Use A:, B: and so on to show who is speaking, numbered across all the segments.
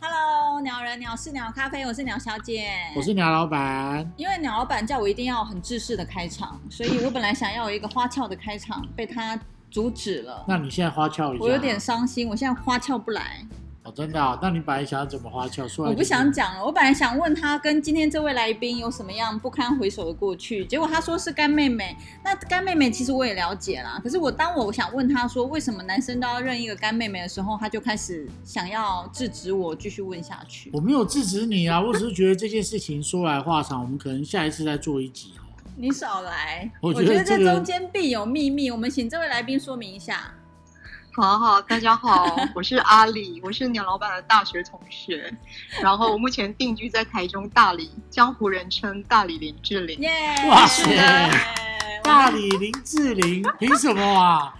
A: Hello，鸟人鸟事鸟咖啡，我是鸟小姐，
B: 我是鸟老板。
A: 因为鸟老板叫我一定要很制式的开场，所以我本来想要有一个花俏的开场，被他阻止 了。
B: 那你现在花俏一下，
A: 我有点伤心，我现在花俏不来，
B: 哦，真的、哦。那你本来想要怎么花俏？说来
A: 我
B: 听
A: 不想讲了。我本来想问他跟今天这位来宾有什么样不堪回首的过去，结果他说是干妹妹。那干妹妹其实我也了解啦，可是我当我想问他说为什么男生都要认一个干妹妹的时候，他就开始想要制止我继续问下去。
B: 我没有制止你啊，我只是觉得这件事情说来话长，我们可能下一次再做一集哦。
A: 你少来，
B: 我
A: 我
B: 觉
A: 觉
B: 得
A: 得这
B: 这个
A: 中间必有秘密。我们请这位来宾说明一下。
C: 好好，大家好， 我是阿里，我是鸟老板的大学同学，然后我目前定居在台中大理，江湖人称大理林志玲。
A: 耶、
B: 哇塞
A: 我们
B: 大理林志玲，凭什么啊？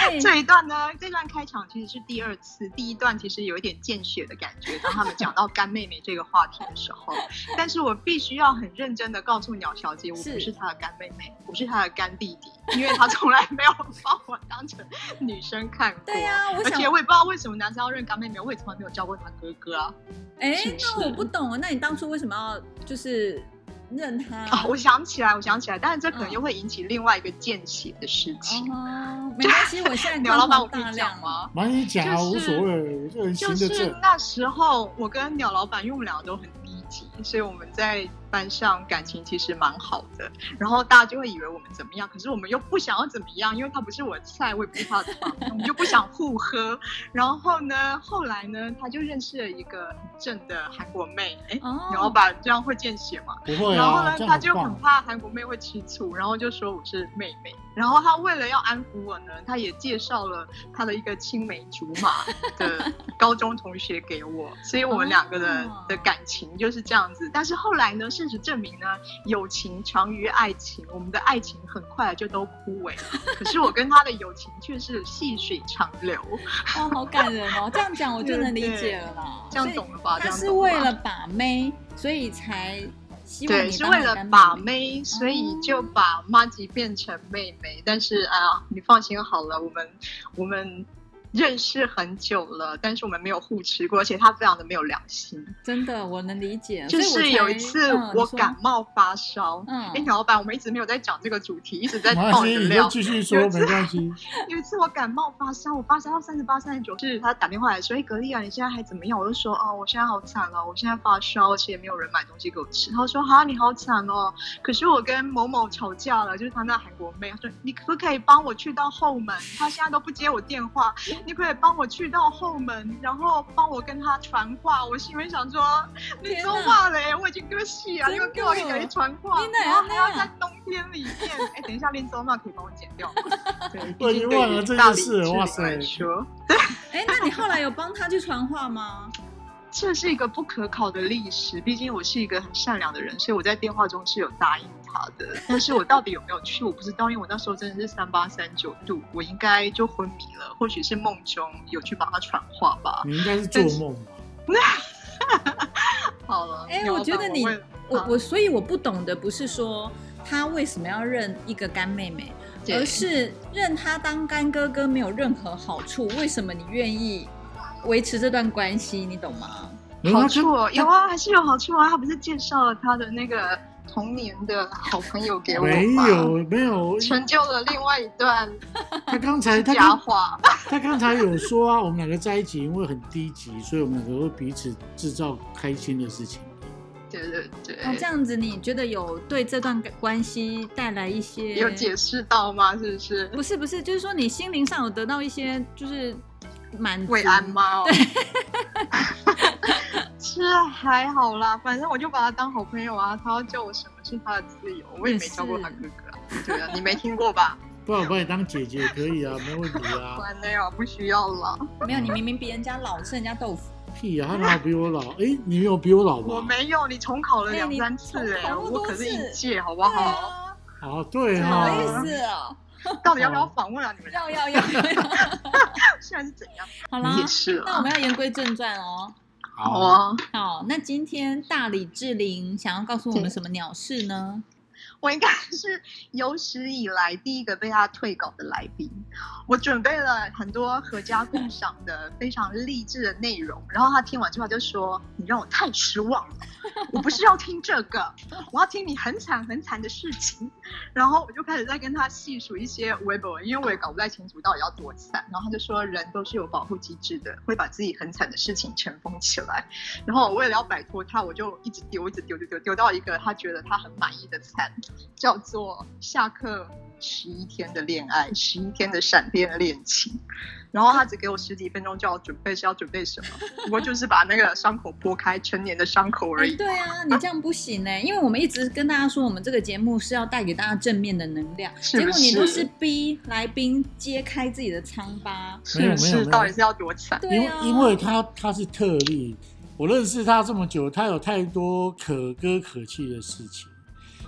A: 哎
C: 这一段呢，这段开场其实是第二次，第一段其实有一点见血的感觉。当他们讲到干妹妹这个话题的时 候，但是我必须要很认真的告诉鸟小姐，我
A: 是
C: 不是她的干妹妹，我是她的干弟弟，因为她从来没有把我当成女生看过。
A: 对呀、我
C: 而
A: 想
C: 且，我也不知道为什么男生要认干妹妹，我也从来没有叫过她哥哥啊。
A: 哎、
C: 是不是
A: 那我不懂哦，那你当初为什么要就是认他？哦
C: 啊，我想起来，我想起来，但是这可能
A: 嗯
C: 又会引起另外一个见血的事情。
A: 哦，没关系，我 现在
C: 鸟老
A: 宽
C: 板，我
A: 宏
C: 可以
A: 大量
C: 讲？吗？
B: 蛮你讲啊，
C: 就是
B: 无所谓，这人行
A: 啊
C: 就
B: 得
C: 是
B: 正。
C: 那时候，我跟鸟老板因为我们两个都很低级，所以我们在班上感情其实蛮好的。然后大家就会以为我们怎么样，可是我们又不想要怎么样，因为他不是我的菜，我也不是他的汤，我们就不想互喝。 然后呢，后来呢，他就认识了一个很正的韩国妹。哎，
A: 哦，
C: 鸟老板这样会见血吗？
B: 不会
C: 然后
B: 啊，
C: 呢
B: 这，
C: 他
B: 样
C: 就
B: 很
C: 很
B: 棒。
C: 怕韩国妹会吃醋，然后就说我是妹妹。然后他为了要安抚我呢，他也介绍了他的一个青梅竹 马的高中同学给我，所以我们两个的、
A: 哦
C: 的感情就是这样子。但是后来呢，事实证明呢，友情长于爱情，我们的爱情很快就都枯萎 了。可是我跟他的友情却是细水长流，
A: 哦，好感人 哦！这样讲我就能理解了啦。
C: 这样懂了吧？
A: 所
C: 这
A: 以他
C: 样
A: 是
C: 懂
A: 为
C: 吧
A: 了把妹，所以才希望
C: 对，
A: 你
C: 是
A: 当
C: 为
A: 我
C: 了
A: 干
C: 把
A: 妹。哦
C: 妹，所以就把妈吉变成妹妹。但是啊，你放心好了，我们我们认识很久了，但是我们没有互吃过，而且他非常的没有良心。
A: 真的，我能理解。
C: 就
A: 嗯
C: 是
A: 所以我才
C: 有一次
A: 嗯
C: 我
A: 你说
C: 感冒发烧，
A: 嗯
C: 哎、鸟老板，我们一直没有在讲这个主题，一直在
B: 没
C: 爆
B: 关
C: 你的
B: 系，你
C: 料
B: 就。继续说，没关系。
C: 有一次我感冒发烧，我发烧到三十八、三十九，就是他打电话来说：“哎，格力啊，你现在还怎么样？”我就说：“哦，我现在好惨哦，我现在发烧，而且没有人买东西给我吃。”他说：“哈，你好惨哦，可是我跟某某吵架了，就是他那韩国妹，他说你可不可以帮我去到后门？他现在都不接我电话，你可不可以帮我去到后门，然后帮我跟他传话。”我心里面想说：“你
A: 天
C: 说
A: 哪
C: 话嘞，我已经割戏啊，
A: 真
C: 你
A: 的
C: 又给我给传话
A: 你，哪
C: 然后
A: 有
C: 还
A: 那
C: 要
A: 样
C: 在冬天里面。哎，等一下，林周娜可以帮我剪掉吗。”对
B: 我已经忘了这件事了哇塞
C: 对于大理智来说
A: 哎，那你后来有帮他去传话吗？
C: 这是一个不可考的历史。毕竟我是一个很善良的人，所以我在电话中是有答应他的。但是我到底有没有去，我不知道，因为我那时候真的是三八三九度，我应该就昏迷了，或许是梦中有去把他传话吧。
B: 你应该是做梦吧？
C: 好了，
A: 哎
C: 鸟老
A: 我觉得
C: 板
A: 你
C: 问
A: 我
C: 啊
A: 我所以我不懂的不是说他为什么要认一个干妹妹，
C: 对
A: 而呃是认他当干哥哥没有任何好处，为什么你愿意维持这段关系？你懂吗？
B: 没有
C: 好
B: 他跟
C: 处哦有啊，还是有好处啊。他不是介绍了他的那个童年的好朋友给我吗？
B: 没有没有，
C: 成就了另外一段
B: 他刚 才他
C: 佳
B: 刚
C: 话。
B: 他刚才有说啊，我们两个在一起因为很低级，所以我们两个会彼此制造开心的事情。
C: 对对对，
A: 哦，这样子你觉得有对这段关系带来一些
C: 有解释到吗？是不是？
A: 不是不是，就是说你心灵上有得到一些就是满足
C: 慰安？吗、哦？ 这还好啦，反正我就把他当好朋友啊。他要叫我什么是他的自由，我也没叫过他哥哥啊、对啊，你没听过 吧？哦
B: 不然我把你当姐姐也可以啊，没问题啊
C: 不。然那样不需要了。
A: 没有，你明明比人家老吃人家豆腐。
B: 屁啊呀、他哪有比我老？哎，你有比我老吧？
C: 我没有，你重考了
A: 哎
C: 两
A: 你
C: 三次
A: 重
C: 哎、
A: 考那么
C: 我
A: 多
C: 可是
A: 次
C: 应届，好不
A: 对
C: 好？
A: 啊，
B: 哦，对
A: 不
B: 哈、
A: 好
C: 啊
A: 意思哦，
C: 到底要不要访问啊？你们俩
A: 要 要要，
C: 现在是怎样？
A: 好啦
C: 也，是
A: 那我
C: 了
A: 们。要言归正传哦。
C: 好
B: 好
C: 啊，
A: 好，那今天大理志玲想要告诉我们什么鸟事呢？
C: 我应该是有史以来第一个被他退稿的来宾。我准备了很多合家共赏的非常励志的内容，然后他听完之后就说：“你让我太失望了，我不是要听这个，我要听你很惨很惨的事情。”然后我就开始在跟他细数一些微博，因为我也搞不太清楚到底要多惨。然后他就说：“人都是有保护机制的，会把自己很惨的事情尘封起来。”然后我为了要摆脱他，我就一直丢，一直丢，丢丢丢到一个他觉得他很满意的惨，叫做下课十一天的恋爱，十一天的闪电恋情。然后他只给我十几分钟叫我准备是要准备什么，不过就是把那个伤口剖开，成年的伤口而
A: 哎
C: 已。
A: 对啊，你这样不 行呢、因为我们一直跟大家说，我们这个节目是要带给大家正面的能量，
C: 是
A: 结
C: 不
A: 果你都是
C: 是
A: 逼来宾揭开自己的疮疤。
C: 是不
B: 没有没有
C: 是？
B: 没有
C: 到底是要多惨？
A: 对
B: 因
A: 啊，
B: 因为他他是特例，我认识他这么久，他有太多可歌可泣的事情，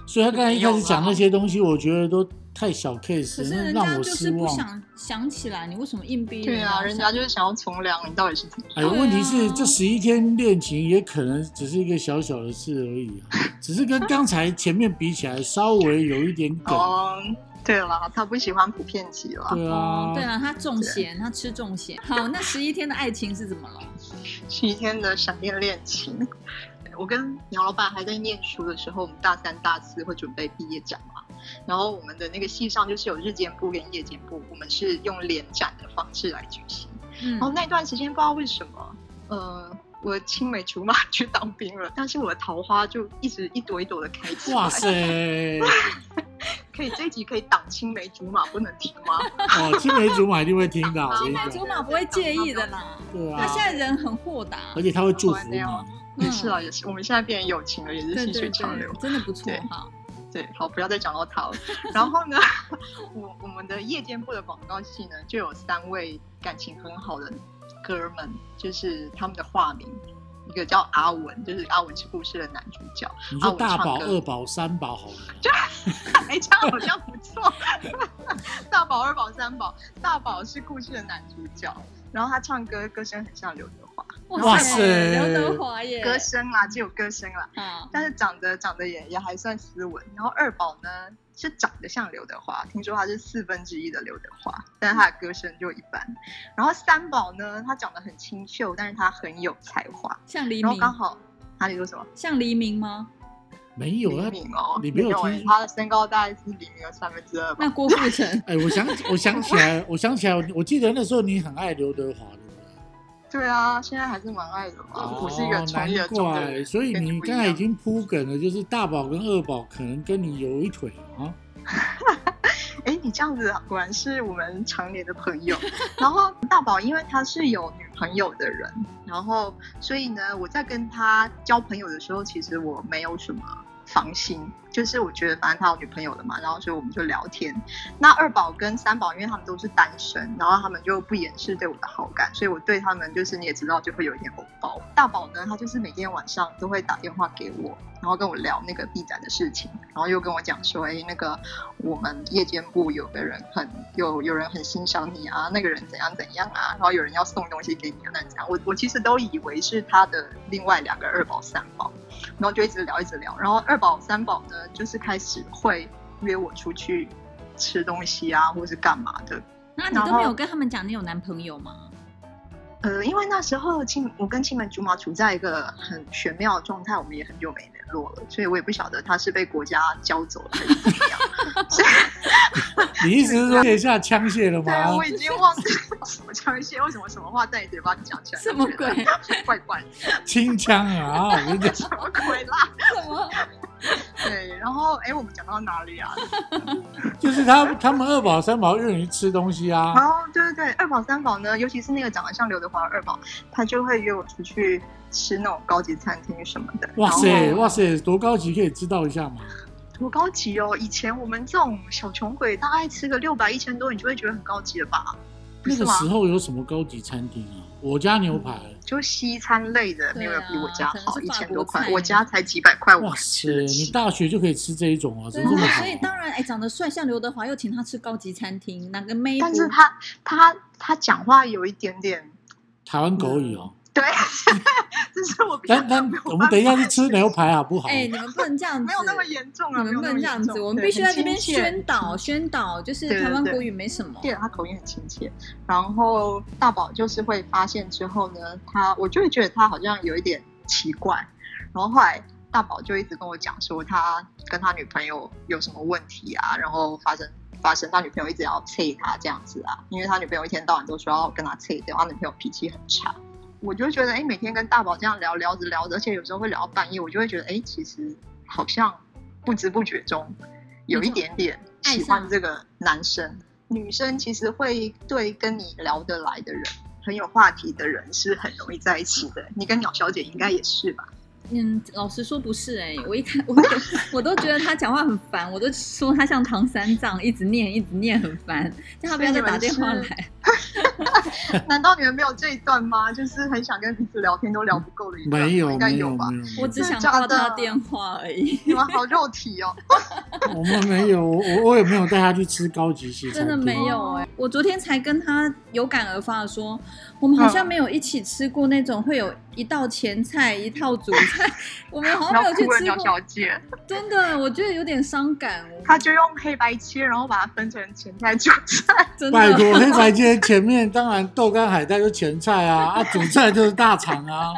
B: 所以他刚才一开始讲那些东西，我觉得都太小 case，
A: 可是
B: 那
A: 人
B: 让
A: 家
B: 我
A: 就是
B: 失
A: 不
B: 望。
A: 想想起来，你为什么硬逼
C: 对啊，人
A: 想
C: 家就是想要从良，你到底是怎么样？
B: 哎，
A: 对啊
B: 问题是这十一天恋情也可能只是一个小小的事而已啊，只是跟刚才前面比起来稍微有一点梗，
C: 哦，对了，他不喜欢普遍级了。
B: 对
A: 哦
B: 啊，
A: 对啊，他中邪，他吃中邪。 好，那十一天的爱情是怎么了？
C: 十一天的闪电恋情。我跟苗老板还在念书的时候，我们大三、大四会准备毕业展嘛，然后我们的那个系上就是有日间部跟夜间部，我们是用联展的方式来举行。
A: 嗯
C: 然后那段时间不知道为什么，呃，我青梅竹马去当兵了，但是我的桃花就一直一朵一朵的开起来。
B: 哇塞，
C: 可以这一集可以挡青梅竹马，不能停吗？
A: 嗯
B: 哦，青梅竹马一定会听到，我跟
A: 青
B: 你
A: 梅
B: 讲，
A: 竹马不会介意的啦，
B: 对
A: 他
B: 啊
A: 现，在人很豁达
B: 而，且他会祝福你，
A: 嗯
C: 也是啊，也是，我们现在变友情了，也是
A: 对
C: 细
A: 对
C: 水长
A: 对
C: 流，。
A: 真的不错
C: 对
A: 哈。
C: 对，好，不要再讲到他 了。然后呢， 我我们的夜间部的广告系呢，就有三位感情很好的哥们，就是他们的化名，一个叫阿文，就是阿文是故事的男主角。
B: 你就大宝、
C: 啊我唱歌
B: 二宝、三宝好了。
C: 哎，这样好像不错。 大宝、二宝、三宝，大宝是故事的男主角，然后他唱歌歌声很像刘德华，
B: 哇塞
A: 刘德华耶！
C: 歌声啦，只有歌声啦。
A: 啊，
C: 但是长得长得也也还算斯文。然后二宝呢是长得像刘德华，听说他是四分之一的刘德华，但是他的歌声就一般。然后三宝呢，他长得很清秀，但是他很有才华。
A: 像黎
C: 然后
A: 明，
C: 刚好哪里说什么
A: 像黎明吗？
B: 没有啊
C: 黎，明哦，
B: 你没有
C: 哎
B: 听
C: 他的身高大概是黎明的三分 之二吧
A: 那？郭富城
B: 哎，我想我想起来，我想起来，我记得那时候你很爱刘德华，对不对？
C: 对啊，现在还是蛮爱的嘛，我是一个
B: 哦
C: 创业
B: 难
C: 中的人
B: 怪，所以
C: 跟
B: 你
C: 不一
B: 刚才已
C: 样
B: 经铺梗了，就是大宝跟二宝可能跟你有一腿啊。
C: 哎，你这样子果然是我们常年的朋友。然后大宝因为他是有女朋友的人，然后所以呢，我在跟他交朋友的时候，其实我没有什么防心，就是我觉得反正他有女朋友了嘛，然后所以我们就聊天。那二宝跟三宝，因为他们都是单身，然后他们就不掩饰对我的好感，所以我对他们就是你也知道，就会有一点偶包。大宝呢，他就是每天晚上都会打电话给我，然后跟我聊那个 B 展的事情，然后又跟我讲说，哎，那个我们夜间部有个人很有有人很欣赏你啊，那个人怎样怎样啊，然后有人要送东西给你啊，那你怎样？我我其实都以为是他的另外两个二宝三宝，然后就一直聊一直聊，然后二宝三宝呢，就是开始会约我出去吃东西啊，或是干嘛的。
A: 那你都没有跟他们讲你有男朋友吗？
C: 呃，因为那时候青，我跟青梅竹马处在一个很玄妙的状态，我们也很久没联络了，所以我也不晓得他是被国家交走了还是怎 么样。
B: 你意思是说卸下枪械了
C: 对啊，
B: 吗
C: 我？已经忘记什么枪械，为什么什么话在你嘴巴讲起来？
A: 什么鬼？
C: 怪怪的，
B: 清枪啊！我跟你讲，
C: 什么鬼啦？
A: 什么？
C: 对，然后哎，我们讲到哪里啊？
B: 就是他他们二宝三宝愿意吃东西啊
C: 然。后哦对对对，二宝三宝呢，尤其是那个长得像刘德华的二宝，他就会约我出去吃那种高级餐厅什么的。
B: 哇塞
C: 然后
B: 哇塞，多高级可以知道一下嘛？
C: 多高级哦！以前我们这种小穷鬼，大概吃个六百一千多，你就会觉得很高级了吧？
B: 那个
C: 是吗嗯
B: 时候有什么高级餐厅啊？我家牛排，
C: 就西餐类的，
A: 对啊
C: 没有人比我家好，
A: 可能
C: 一
A: 是法
C: 千
A: 国
C: 多块
A: 菜，
C: 我家才几百块，我
B: 哇
C: 还
B: 塞
C: 吃得！
B: 你
C: 起。
B: 大学就可以吃这一种啊，怎
A: 对
B: 么这么
A: 啊，
B: 好
A: 所？以当然，哎，长得帅像刘德华，又请他吃高级餐厅，哪个妹夫？
C: 但是他他他讲话有一点点，
B: 台湾狗语哦。
C: 对， 这是我比较
B: 但但
C: 嗯没有
B: 我
C: 办
B: 们
C: 法
B: 等一下去吃牛排好不好？
A: 哎，你们不能这样子，
C: 没有那么严重啊，
A: 你
C: 没
A: 们
C: 有
A: 不
C: 那
A: 能
C: 么
A: 这样
C: 严
A: 子，
C: 重
A: 我们必须在这边。
C: 对很亲
A: 宣导宣导，就是
C: 对对
A: 台湾
C: 对
A: 国语没什么。
C: 切对，他口音很亲切，然后大宝就是会发现之后呢，他我就会觉得他好像有一点奇怪，然后后来大宝就一直跟我讲说他跟他女朋友有什么问题啊，然后发生发生他女朋友一直要催他这样子啊，因为他女朋友一天到晚都说要跟他催掉，他女朋友脾气很差。我就觉得，哎，每天跟大宝这样聊聊着聊着，而且有时候会聊到半夜，我就会觉得，哎，其实好像不知不觉中有一点点
A: 爱
C: 喜
A: 上
C: 欢这个男生。女生其实会对跟你聊得来的人、很有话题的人是很容易在一起的。你跟鸟小姐应该也是吧？
A: 嗯，老实说不是哎、我一看我 都我都觉得他讲话很烦，我都说他像唐三藏，一直念一直念很烦，叫他不要再打电话
C: 所以你
A: 来。
C: 难道你们没有这一段吗？就是很想跟彼此聊天都聊不够的一段，
B: 没有
C: 应该
B: 没有
C: 吧？
B: 没有，
A: 我只
C: 真的
A: 想
C: 假
A: 挂他
C: 的
A: 电话而已，
C: 你们好肉体哦！
B: 我们没有，我我我也没有带他去吃高级西餐
A: 真
B: 厅，
A: 的没有哎、我昨天才跟他有感而发的说，我们好像没有一起吃过那种会有一道前菜一套主菜，我们好像
C: 然
A: 没
C: 后
A: 有去
C: 哭了
A: 吃
C: 鸟
A: 过
C: 小，姐，
A: 真的，我觉得有点伤感哦，
C: 她就用黑白切，然后把它分成前菜、主菜。
A: 真
B: 拜
A: 的。
B: 托，黑白街前面当然豆干海带就前菜啊， 啊主菜就是大肠啊。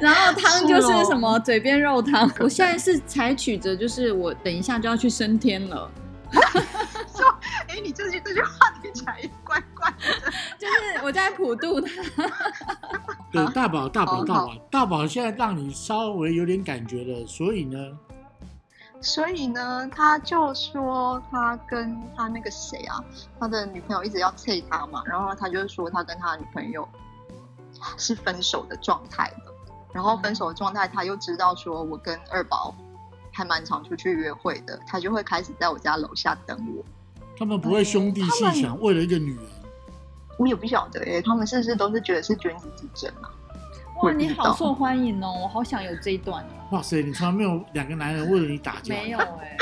A: 然后汤就是什么嘴边肉汤，
C: 哦
A: 我现在是采取着就是我等一下就要去升天了。
C: 哎，你这句这句话听起来也怪怪的。
A: 就是我在普渡他，
B: 对，大宝，大宝，
C: 好
B: 大宝，大宝现在让你稍微有点感觉了，所以呢，
C: 所以呢，他就说他跟他那个谁啊，他的女朋友一直要催他嘛，然后他就说他跟他的女朋友是分手的状态的，然后分手的状态，他又知道说我跟二宝还蛮常出去约会的，他就会开始在我家楼下等我。
B: 他们不会兄弟戏想为了一个女人，
C: 我也不晓得耶、他们是不是都是觉得是君子之争啊？
A: 哇，你好受欢迎哦，我好想有这一段。哦
B: 哇塞，你从来没有两个男人为了你打架，
A: 没有哎、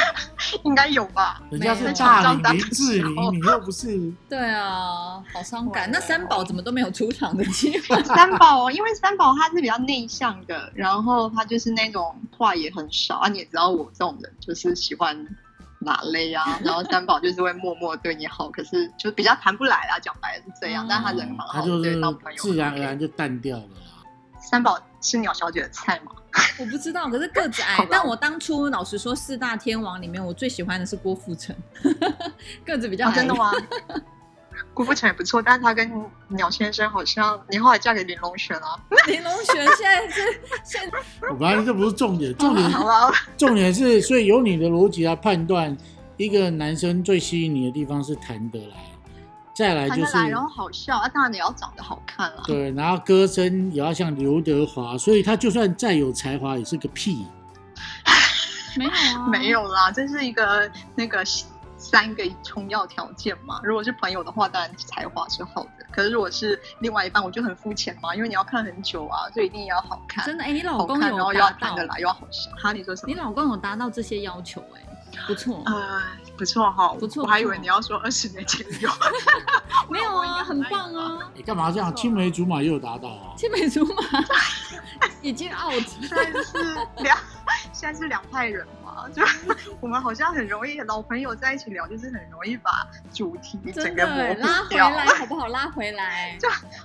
C: 应该有吧？
B: 人家
A: 没
B: 是
A: 有
B: 大
C: 没
B: 龄
C: 有
B: 林志玲，你又不是
A: 对啊，好伤感。
C: 哇
A: 那三宝怎么都没有出场的机会？
C: 三宝，哦因为三宝他是比较内向的，然后他就是那种话也很少啊。你也知道我这种人就是喜欢马 勒啊，然后三宝就是会默默对你好，可是就比较谈不来啦。讲白了是这样，
A: 嗯
C: 但他人蛮好
B: 他
C: 的，
B: 就是
C: 哦对当朋友
B: 自然而然就淡掉了啦。
C: 三宝是鸟小姐的菜吗？
A: 我不知道，可是个子
C: 好
A: 矮
C: 吧。
A: 但我当初老实说，四大天王里面，我最喜欢的是郭富城，个子比较
B: 哦
C: 啊，
A: 矮。
C: 真的？吗？ 郭富城也不错，但是他跟鸟先生好像，你后来嫁给林隆璇啊？
A: 林隆璇现在是现在
B: 我本来这不是重点， 重点
C: 好吧，
B: 重点是，所以由你的逻辑来判断，一个男生最吸引你的地方是谈得来，再来
C: 谈
B: 就
C: 得
B: 是
C: 来，然后好笑啊，当然你要长得好看啊。
B: 对，然后歌声也要像刘德华，所以他就算再有才华也是个屁。
A: 没有啊，
C: 没。有啦，这是一个那个三个重要条件嘛。如果是朋友的话，当然才华是好的。可是如果是另外一半，我就很肤浅嘛，因为你要看很久啊，所以一定要好看，
A: 真的哎、你老
C: 好
A: 公
C: 看，然后
A: 有
C: 又要
A: 达
C: 谈
A: 到
C: 得，来，又要好笑。哈，你说什
A: 你
C: 么？
A: 老公有达到这些要求哎、不错。
C: 呃，不错哈，
A: 不错
C: 我还以
A: 不错
C: 为你要说二十年前 有，
A: 没有
C: 我应该
A: 啊，
C: 很
A: 很
C: 爱
A: 棒
C: 吧
A: 啊。
B: 你干嘛这样？青梅竹马也有达到啊？
A: 青梅竹 马已经 out，
C: 现在是两，现在是两派人嘛，就是 我们好像很容易老朋友在一起聊，就是很容易把主题整
A: 真
C: 个
A: 的
C: 模
A: 欸拉
C: 糊
A: 回
C: 掉，
A: 来好不好？拉回来，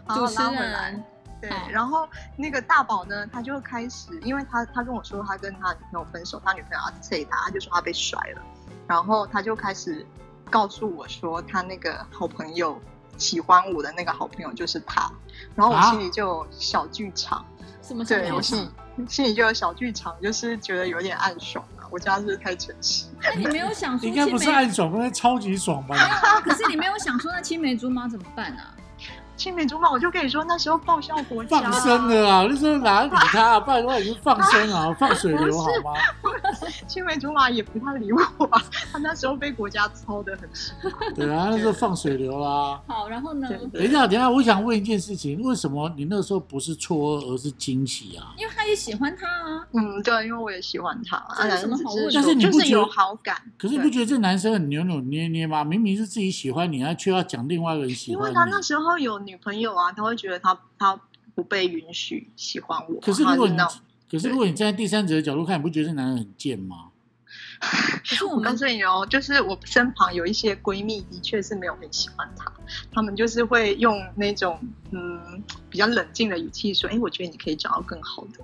C: 好
A: 主持
C: 拉回来。
A: 人，
C: 对
A: 好，
C: 然后那个大宝呢，他就开始，因为他他跟我说他跟他女朋友分手，他女朋友要催他，他就说他被甩了，然后他就开始告诉我说他那个好朋友喜欢我的那个好朋友就是他，然后我
B: 啊
C: 心里就有小剧场，
A: 什么什
C: 对
A: 么
C: 我心
A: 事？
C: 里心里就有小剧场，就是觉得有点暗爽啊，我家是不是太诚实？
A: 那你没有想说
B: 应该
A: 青
B: 不是
A: 梅，
B: 暗爽，应该超级爽吧？
A: 啊可是你没有想说那青梅竹马怎么办啊？
C: 青梅竹马，我就跟你说那时候报效国家、
B: 放生了啊！那时候哪理他、啊？不然的话已经放生啊，放水流好吗？
C: 青梅竹马也不太理我、啊，他那时候被国家操的很辛苦。
B: 对啊，那时候放水流啦、
A: 好，然后呢？
C: 对
B: 等一下，等一下，我想问一件事情，为什么你那时候不是错愕，而是惊喜啊？
A: 因为他也喜欢他啊，
C: 嗯，对，因为我也喜欢他，
A: 这有什么好问的
C: 只
B: 但是你
C: 就
B: 不
C: 是
B: 觉得
C: 有好感。
B: 可是你
C: 对
B: 不觉得这男生很扭扭捏捏吗？明明是自己喜欢你，他却要讲另外一个人喜
C: 因
B: 欢
C: 为
B: 你
C: 他。那时候有女朋友啊，他会觉得他他不被允许喜欢我。
B: 可是如果你
C: 他那种，
B: 可是如果你站在第三者的角度看，你不觉得这男人很贱吗？
A: 可是
C: 我
A: 我
C: 告
A: 们
C: 诉你哦，就是我身旁有一些闺蜜，的确是没有很喜欢他，他们就是会用那种嗯比较冷静的语气说：“哎，我觉得你可以找到更好的。”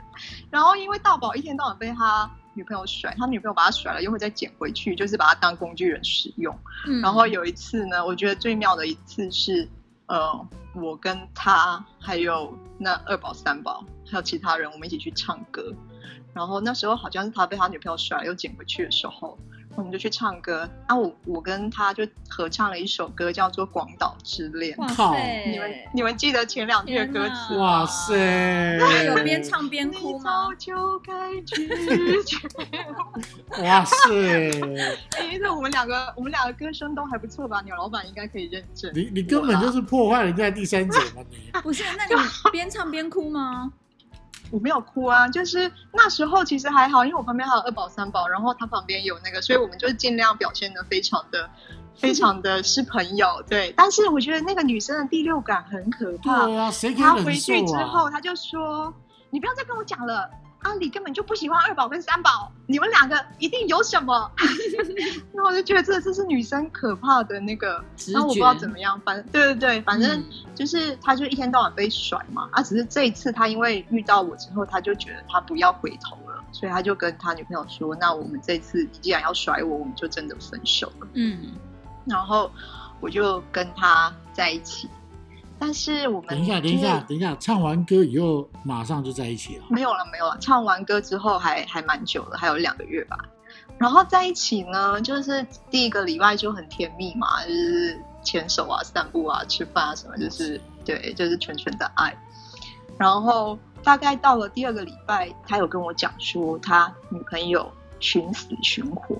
C: 然后因为大宝一天到晚被他女朋友甩，他女朋友把他甩了，又会再捡回去，就是把他当工具人使用。
A: 嗯
C: 然后有一次呢，我觉得最妙的一次是，呃，我跟他还有那二宝、三宝还有其他人，我们一起去唱歌。然后那时候好像是他被他女朋友甩了又捡回去的时候，我们就去唱歌。啊，我我跟他就合唱了一首歌，叫做《广岛之恋》。
A: 哇
B: 靠
A: 塞，
C: 你们你们记得前两句的歌词吗？
A: 天哪
B: 哇塞！
A: 有边唱边
C: 你
A: 哭吗
C: 早？就该拒绝。
B: 哇 塞！
C: 哎，因为我们两个我们两个歌声都还不错吧？鸟老板应该可以认证。
B: 你你根本就是破坏人家的第三者嘛！你
A: 不是，那你边唱边哭吗？
C: 我没有哭啊，就是那时候其实还好，因为我旁边还有二宝、三宝，然后他旁边有那个，所以我们就尽量表现的非常的、非常的是朋
B: 嗯
C: 友，对。但是我觉得那个女生的第六感很可怕，
B: 对啊，谁可
C: 她
B: 以
C: 回
B: 忍
C: 去之
B: 受
C: 后，
B: 啊？
C: 她就说：“你不要再跟我讲了。”阿里根本就不喜欢二宝跟三宝，你们两个一定有 什么。那我就觉得这这是女生可怕的那个，
A: 直
C: 然后我不知道怎么样，反对对对，反正、
A: 嗯
C: 就是他就一天到晚被甩嘛，啊，只是这一次他因为遇到我之后，他就觉得他不要回头了，所以他就跟他女朋友说，那我们这次你既然要甩我，我们就真的分手了。
A: 嗯，
C: 然后我就跟他在一起，但是我们
B: 等一下，等一下，，等一下，唱完歌以后马上就在一起啊！
C: 没有了没有了，唱完歌之后还还蛮久了，还有两个月吧。然后在一起呢，就是第一个礼拜就很甜蜜嘛，就是牵手啊、散步啊、吃饭啊什么，就是对，就是纯纯的爱。然后大概到了第二个礼拜，他有跟我讲说他女朋友寻死寻活，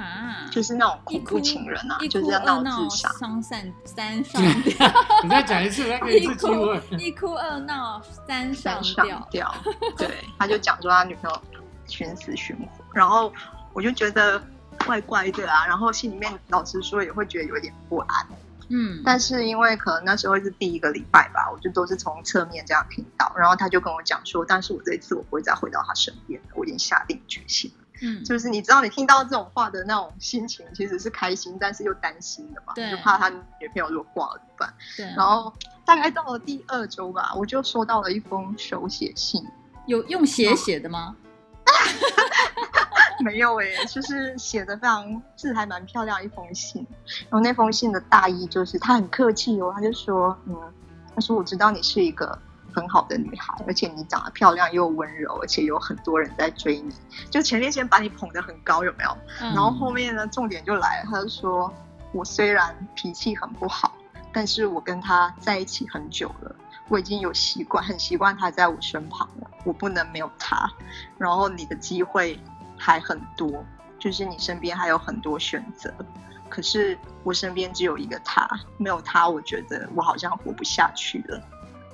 A: 啊，
C: 就是那种
A: 一
C: 恐
A: 哭
C: 怖情人啊
A: 一，
C: 就是
A: 哭
C: 要
A: 二
C: 闹
A: 闹
C: 自杀。
A: 伤散 三上吊，
B: 你再讲一次，再给你一次
A: 一
B: 机
A: 哭
B: 会。
A: 一哭二闹三上
C: 山上
A: 吊，
C: 吊，对，他就讲说他女朋友寻死寻活，然后我就觉得怪怪的啊，然后心里面老实说也会觉得有点不安，
A: 嗯，
C: 但是因为可能那时候是第一个礼拜吧，我就都是从侧面这样听到，然后他就跟我讲说，但是我这一次我不会再回到他身边了，我已经下定决心了，
A: 嗯，
C: 就是你知道你听到这种话的那种心情其实是开心，但是又担心的嘛，
A: 对
C: 就怕他女朋友如果挂了怎么办？
A: 对啊，
C: 然后大概到了第二周吧，我就收到了一封手写信，
A: 有用血写的吗？
C: 没有诶、就是写的非常字还蛮漂亮一封信。然后那封信的大意就是他很客气哦，他就说，嗯，他说我知道你是一个很好的女孩，而且你长得漂亮又温柔，而且有很多人在追你。就前面先把你捧得很高，有没有？
A: 然
C: 然后后面呢，重点就来了，他就说我虽然脾气很不好，但是我跟他在一起很久了，我已经有习惯，很习惯他在我身旁了，我不能没有他。然后你的机会还很多，就是你身边还有很多选择，可是我身边只有一个他，没有他，我觉得我好像活不下去了。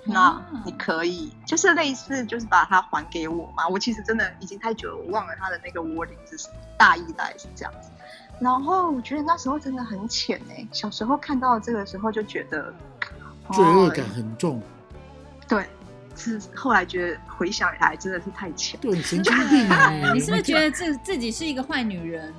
C: 那你可以就是类似就是把它还给我嘛。我其实真的已经太久了，我忘了他的那个 wording 是什么，大意大概是这样子。然后我觉得那时候真的很浅哎、小时候看到这个时候就觉得
B: 罪恶
C: 哦
B: 感很重，
C: 对，是后来觉得回想起来真的是太浅，
B: 对，神
A: 真
B: 经
A: 的
B: 病
A: 耶
B: 哎！
A: 啊 你是不是
B: 这
A: 觉得自自己是一个坏女人？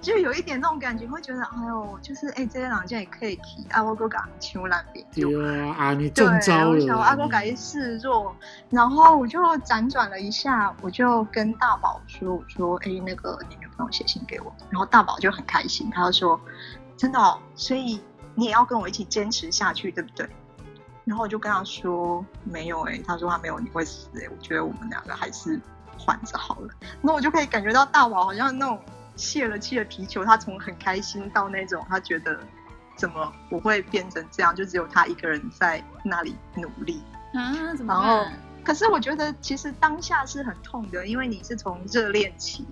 C: 就有一点那种感觉，会觉得哎呦，就是哎、这个人这也可以提啊，我够敢求烂别丢。
B: 对啊啊，你
C: 对
B: 中，招
C: 我
B: 了
C: 想阿公改
B: 你！
C: 一示弱，然后我就辗转了一下，我就跟大宝说：“我说，哎，那个你女朋友写信给我。”然后大宝就很开心，他就说：“真的、哦，所以你也要跟我一起坚持下去，对不对？”然后我就跟他说：“没有哎、他说：“他没有，你会死哎、我觉得我们两个还是缓着好了。”那我就可以感觉到大宝好像那种泄了气的皮球，他从很开心到那种他觉得怎么我会变成这样？就只有他一个人在那里努力。
A: 啊，怎么
C: 然后
A: 办？
C: 可是我觉得其实当下是很痛的，因为你是从热恋期，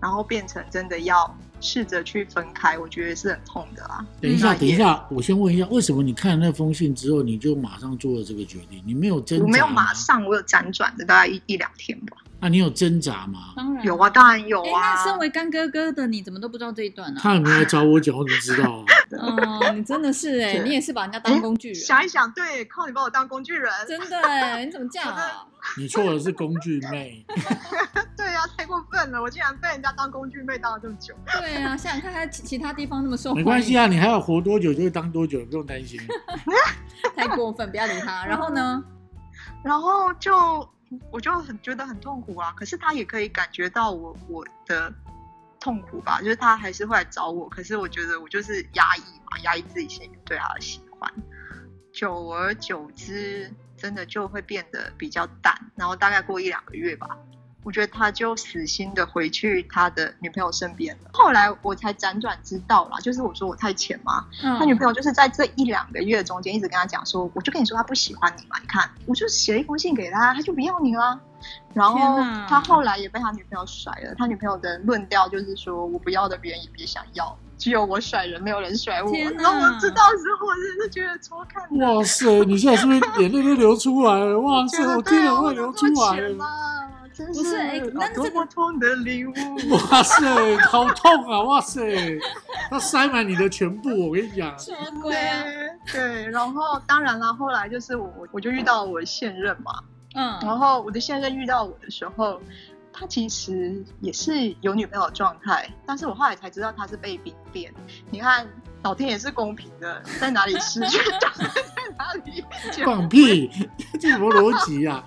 C: 然后变成真的要试着去分开，我觉得是很痛的啦。
B: 等一下，
C: 嗯
B: 等一下，我先问一下，为什么你看了那封信之后，你就马上做了这个决定？你没有挣扎
C: 我
B: 吗？
C: 没有马上，我有辗转的大概一一两天吧。
B: 啊，你有挣扎 吗？
A: 当然
C: 有。啊，当然有
A: 哎，
C: 啊。
A: 那身为干哥哥的你，怎么都不知道这一段呢、啊
B: 他有没有来找我讲？我怎么知道 啊？
A: 嗯，你真的是哎、
C: 是
A: 你也是把人家当工具人，
C: 想一想，对，靠你把我当工具人，
A: 真的哎、你怎么这样啊？
B: 你错的是工具妹。
C: 对啊，太过分了！我竟然被人家当工具妹当了这么久。
A: 对啊，想想看他其其他地方那么受欢
B: 没
A: 迎，
B: 关系啊，你还要活多久就会当多久，不用担心。
A: 太过分，不要理他。然后呢？
C: 然后就我就很觉得很痛苦啊，可是他也可以感觉到我我的痛苦吧，就是他还是会来找我，可是我觉得我就是压抑嘛，压抑自己心里对他的喜欢，久而久之，真的就会变得比较淡，然后大概过一两个月吧。我觉得他就死心的回去他的女朋友身边了。后来我才辗转知道啦，就是我说我太浅嘛，
A: 嗯，
C: 他女朋友就是在这一两个月中间一直跟他讲说，我就跟你说他不喜欢你嘛，你看，我就写了一封信给他，他就不要你啦。然后
A: 天哪
C: 他后来也被他女朋友甩了，他女朋友的论调就是说我不要的别人也别想要，只有我甩人，没有人甩我。
A: 天哪
C: 然后我知道的时候，我真的觉得超看的，
B: 哇塞，你现在是不是眼泪都流出来了？哇
C: 觉
B: 塞，
C: 得啊
B: 我
C: 对
B: 听
C: 啊
B: 了
C: 我
B: 会
C: 怎
B: 流
C: 么
B: 出
C: 这么
B: 来
C: 浅
B: 了。
C: 啦，真
A: 不是哎那
C: 多
A: 这个
C: 么痛的领悟。
B: 哇塞，好痛啊！哇塞，它塞满你的全部，我跟你讲。
A: 什么鬼啊？
C: 对对，然后当然啦，后来就是我我我就遇到我现任嘛，然
A: 嗯，
C: 后我的现任遇到我的时候，他其实也是有女朋友的状态，但是我后来才知道他是被冰恋。你看，老天也是公平的，在哪里失去就是在哪 里结婚。
B: 放屁！ 这什么逻辑啊？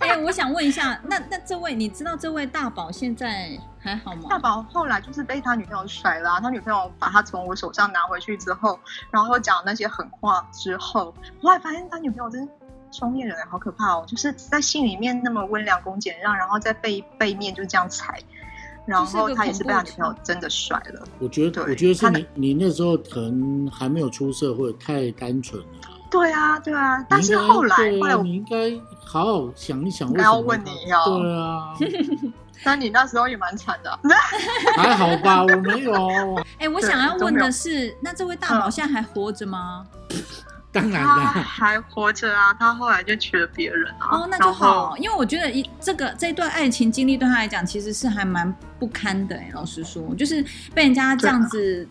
A: 哎、我想问一下，那那这位，你知道这位大宝现在还好吗？
C: 大宝后来就是被他女朋友甩了啊、他女朋友把他从我手上拿回去之后，然后讲那些狠话之后，我后来发现他女朋友真是双面人，好可怕哦！就是在心里面那么温良恭俭让，然后在背背面就这样踩，然
A: 就是一个
C: 后他也是被他
A: 恐怖
C: 女朋友真的甩了。
B: 我觉得，
C: 对
B: 我觉得是
C: 他
B: 你，你那时候可能还没有出社会，太单纯了。
C: 对啊，对啊，但是后来
B: 你应
C: 后
B: 该
C: 来
B: 对
C: 我，
B: 你应该好好想一想为什么他。
C: 应该要问你哦
B: 对啊，
C: 但你那时候也蛮 惨的啊，
B: 还好吧，我没有。
A: 哎、我
C: 对
A: 想要
C: 都
A: 问
C: 没有
A: 的是，那这位大宝
C: 嗯
A: 现在还活着吗？
B: 当然
C: 他
B: 啦，
C: 还活着啊，他后来就娶了别人啊，
A: 哦，那就
C: 然
A: 好，
C: 后。
A: 因为我觉得一这个这段爱情经历对他来讲其实是还蛮不堪的哎、老实说，就是被人家这
B: 啊
A: 样子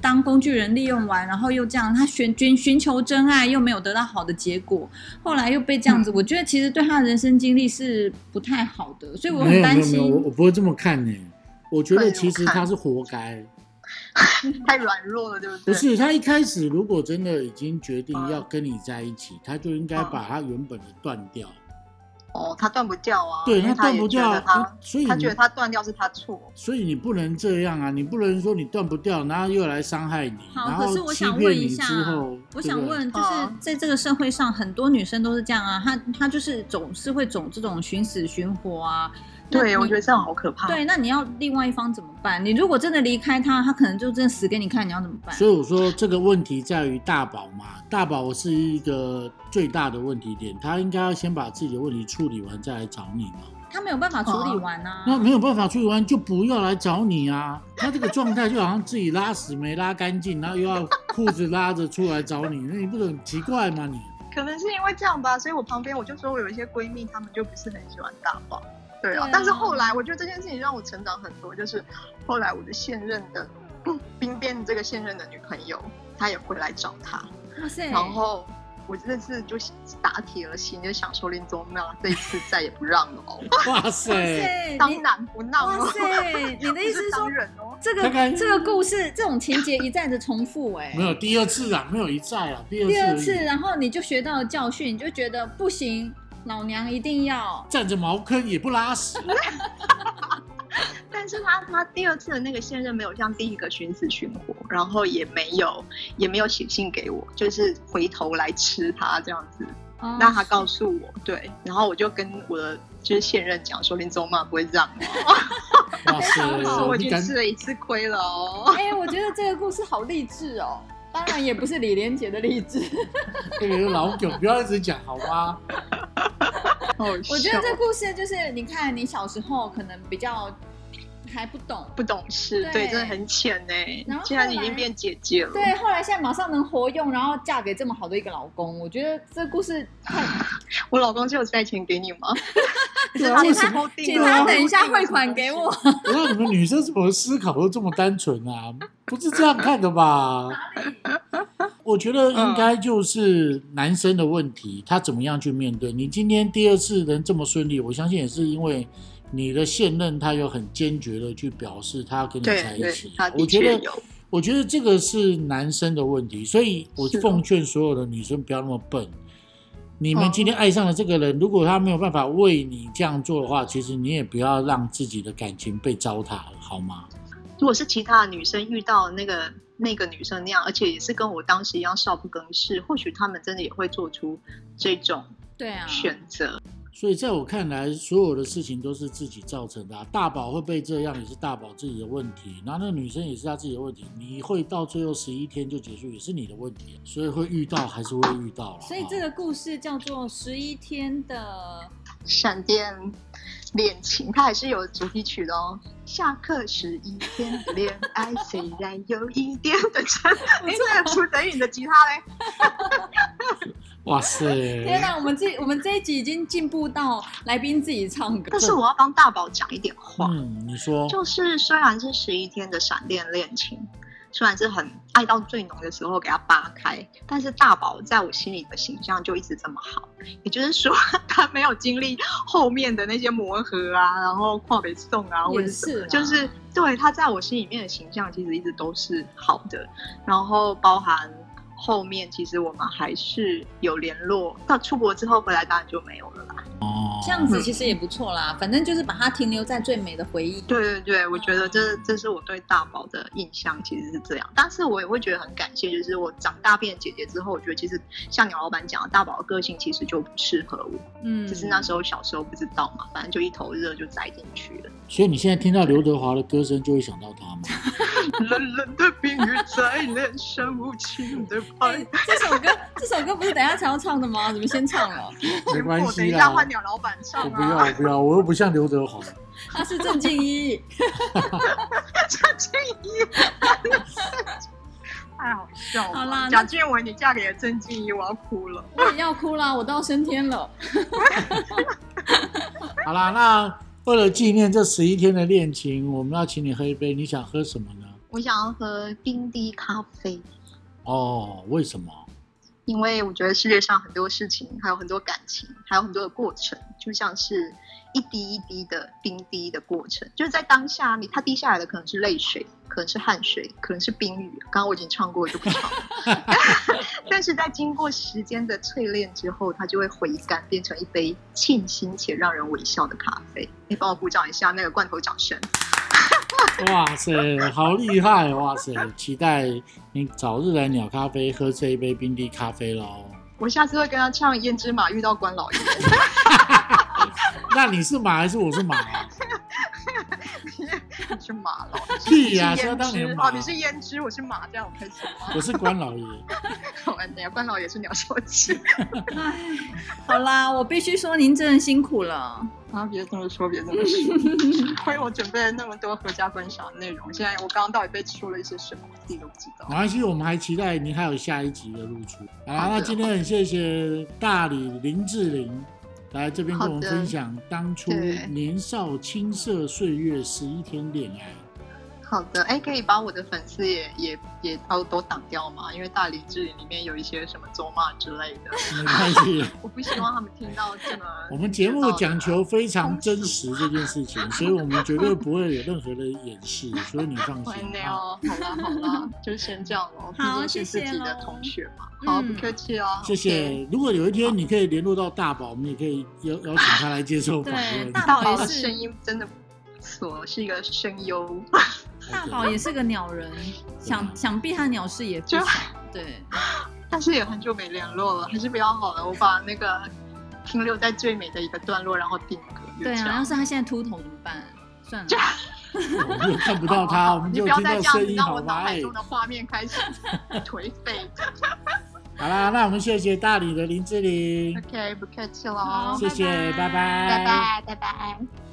A: 当工具人利用完，然后又这样，他寻寻寻求真爱又没有得到好的结果，后来又被
B: 嗯
A: 这样子，我觉得其实对他的人生经历是不太好的，所以我
B: 没
A: 很
B: 有没
A: 担
B: 有没
A: 心
B: 有，我我不会这么看呢、我觉
C: 哎
B: 得
C: 呦
B: 其实他是活该。
C: 太软弱了，对不对？嗯
B: 不是他一开始如果真的已经决定要跟你在一起，他就应该把他原本的断掉。
C: 哦，他断不掉啊，
B: 对
C: 因为
B: 他断
C: 也
B: 不
C: 觉
B: 掉
C: 得他
B: 所以
C: 他
B: 你
C: 觉得他断掉是他错，
B: 所以你不能这样啊！你不能说你断不掉，然后又来伤害你，然
A: 好，可是
B: 后
A: 我
B: 欺
A: 想
B: 骗
A: 问一
B: 你
A: 下
B: 之后，，
A: 我
B: 对不
A: 想
B: 对，
A: 问，就是
C: 嗯
A: 在这个社会上，很多女生都是这样啊，她她就是总是会走这种寻死寻活啊。那
C: 对
A: 你
C: 我觉得这样好可怕。
A: 对，那你要另外一方怎么办？你如果真的离开他，他可能就真的死给你看，你要怎么办？
B: 所以我说这个问题在于大宝嘛，大宝是一个最大的问题点，他应该要先把自己的问题处理完再来找你嘛。
A: 他没有办法处
C: 哦
A: 理完啊。
B: 那没有办法处理完就不要来找你啊！他这个状态就好像自己拉屎没拉干净，然后又要裤子拉着出来找你，那你不是很奇怪吗？你
C: 可能是因为这样吧，所以我旁边我就说我有一些闺蜜，她们就不是很喜欢大宝。对啊，
A: 对啊
C: 但是后来我觉得这件事情让我成长很多，就是后来我的现任的冰边的这个现任的女朋友，她也回来找他，
A: 哇塞，
C: 然后我真的是就打铁了心，就想说林宗妙这一次再也不让了哦，
B: 哇
A: 哇
B: 塞，
A: 塞，
C: 当
A: 你
C: 然不闹
A: 哇
C: 了，
A: 塞，你的意
C: 不
A: 思是
C: 是
A: 说
C: 当然哦，
A: 这
B: 大概
A: 个这个故事这种情节一再的重复、哎，
B: 没有第二次啊，没有一再啊，第二
A: 第
B: 次而
A: 二
B: 已
A: 次，然后你就学到了教训，你就觉得不行，老娘一定要。
B: 站着茅坑也不拉 屎，
C: 但是他他第二次的那个现任没有像第一个寻死寻活，然后也没有也没有写信给我，就是回头来吃他这样子。
A: 哦
C: 那他告诉我，对，然后我就跟我的就是现任讲说林宗骂不会让我，
B: 哇塞，
C: 我已
B: 你
C: 经
B: 敢
C: 吃了一次亏了哦。
A: 哎、我觉得这个故事好励志哦。当然也不是李连杰的励志。
B: 这个是老梗，不要一直讲好吗？
C: 好笑哦
A: 我觉得这故事就是，你看你小时候可能比较还不懂，
C: 不懂事，
A: 对
C: 对，真的很浅呢
A: 然后。
C: 现在
A: 后
C: 已
A: 来
C: 经变姐姐了，
A: 对，后来现在马上能活用，然后嫁给这么好的一个老公，我觉得这故事太……
C: 我老公就有塞钱给你 吗？
B: 对啊，为什么？
A: 请他等一下汇款给我。
B: 不知道你们女生怎么思考都这么单纯啊？不是这样看的 吧？我觉得应该就是男生的问题，他怎么样去面对。你今天第二次能这么顺利，我相信也是因为你的现任他有很坚决的去表示他要跟你
C: 对
B: 在一
C: 对
B: 起，
C: 他。的
B: 我觉
C: 确
B: 得
C: 有，
B: 我觉得这个是男生的问题，所以我
C: 是
B: 奉劝所有的女生不要那么笨。你们今天爱上了这个人，如果他没有办法为你这样做的话，其实你也不要让自己的感情被糟蹋了，好吗？
C: 如果是其他的女生遇到那个那个女生那样，而且也是跟我当时一样少不更事，或许他们真的也会做出这种
A: 对啊，
C: 选择。
B: 所以在我看来，所有的事情都是自己造成的啊、大宝会被这样也是大宝自己的问题，然后那个女生也是她自己的问题。你会到最后十一天就结束，也是你的问题，所以会遇到还是会遇到了。
A: 所以这个故事叫做《十一天的
C: 闪电恋情，它还是有主题曲的哦。下课时一天的恋爱，虽然有一点的真，哎，那个楚泽宇的吉他 嘞，
B: 哇塞，
A: 天哪、我们这我们这一集已经进步到来宾自己唱歌，
C: 但是我要帮大宝讲一点话。
B: 嗯，你说
A: 哦
C: 就是虽然是十一天的闪电恋情，虽然是很爱到最浓的时候给它扒开，但是大宝在我心里的形象就一直这么好，也就是说 他没有经历后面的那些磨合啊，然后跨北宋啊，或
A: 也
C: 者什么
A: 是啦
C: 就是对他在我心里面的形象其实一直都是好的，然后包含。后面其实我们还是有联络，到出国之后回来当然就没有了啦。
B: 哦，
A: 这样子其实也不错啦，反正就是把它停留在最美的回忆。
C: 对对对，我觉得这这是我对大宝的印象，其实是这样。但是我也会觉得很感谢，就是我长大变姐姐之后，我觉得其实像鸟老板讲的，大宝的个性其实就不适合我，
A: 嗯，
C: 只是那时候小时候不知道嘛，反正就一头热就栽进去了。
B: 所以你现在听到刘德华的歌声，就会想到他吗？
C: 冷冷的冰雨在脸上无情的
A: 哎、
C: 拍。
A: 这首歌，这首歌不是等一下才要唱的吗？怎么先唱了？
B: 没关
C: 我等
B: 系
C: 一下
B: 啦，
C: 换鸟老板唱
B: 我不要，
C: 啊！
B: 我不要，我又不像刘德华。
A: 他是郑敬一，
C: 陈俊一，太好笑了。
A: 好啦那
C: 蒋俊文，你嫁给了郑敬一，我要哭了。
A: 我也要哭啦，我都要升天了。
B: 好啦，那为了纪念这十一天的恋情，我们要请你喝一杯，你想喝什么呢？
C: 我想要喝冰滴咖啡。
B: 哦，为什么？
C: 因为我觉得世界上很多事情，还有很多感情，还有很多的过程，就像是一滴一滴的冰滴的过程，就是在当下你它滴下来的可能是泪水，可能是汗水，可能是冰雨。刚刚我已经唱过，我就不唱了。 但是在经过时间的淬炼之后，它就会回甘，变成一杯沁心且让人微笑的咖啡。你帮我鼓掌一下，那个罐头掌声。
B: 哇塞，好厉害！哇塞，期待你早日来鸟咖啡喝这一杯冰滴咖啡喽。
C: 我下次会跟他唱《胭脂马遇到关老爷》，
B: 那你是马还是我是马啊？
C: 你是马老爷，
B: 屁呀、
C: 你是
B: 谁要当
C: 胭
B: 你
C: 脂
B: 的马
C: 哦，你？是胭脂，我是马，这样我开心吗？
B: 我是关老爷。
C: 好玩的呀，关老也是鸟兽 器
A: 唉，好啦，我必须说您真的辛苦了。
C: 啊！别这么说，别这么 说，亏我准备了那么多合家观赏的内容，现在我刚刚到底被出了一些什么，我自己都不知道
B: 没。关系，我们还期待您还有下一集的露出。好啦，
C: 好的
B: 那今天很谢谢大理林志玲来这边跟我们
C: 好的
B: 分享当初
C: 对
B: 年少青涩岁月十一天恋 爱。
C: 好的，哎，可以把我的粉丝也也也都都挡掉吗？因为大理志里面有一些什么咒骂之类 的，
B: 没关系，
C: 我不希望他们听到这么
B: 。我们节目讲 求非常真实这件事情，所以我们绝对不会有任何的掩饰，所以你放
C: 完
B: 心
C: 了
B: 啊。
C: 哦，好啦好啦，就先这样喽。毕
A: 好
C: 竟是自
A: 谢谢
C: 己的
A: 咯
C: 同学嘛。好，不
A: 嗯
C: 客气哦。
B: 谢
C: 对。
B: 谢。如果有一天你可以联络到大宝，我们也可以邀邀请他来接受访问
A: 对。大
C: 大
A: 宝
C: 宝的
A: 也是
C: 声音真的不错，是一个声优。哎
A: 大宝也是个鸟人，想想必他的鸟事也不
C: 啊就
A: 少。对，
C: 但是也很久没联络了，还是比较好了。我把那个停留在最美的一个段落，然后定格。就
A: 对
C: 这
A: 啊，
C: 样
A: 要是他现在秃头怎么办？算了，
B: 我们就看不到他，我们
C: 哦你
B: 就
C: 不要
B: 听
C: 再
B: 到
C: 这样
B: 声
C: 子
B: 音，
C: 让
B: 好
C: 我
B: 吧？
C: 脑海
B: 哎，
C: 中的画面开始 颓废。
B: 好啦，那我们谢谢大理的林志玲，
C: OK，不客气
A: 好
C: 喽，
B: 谢谢，
A: 拜拜
C: 拜拜，拜拜。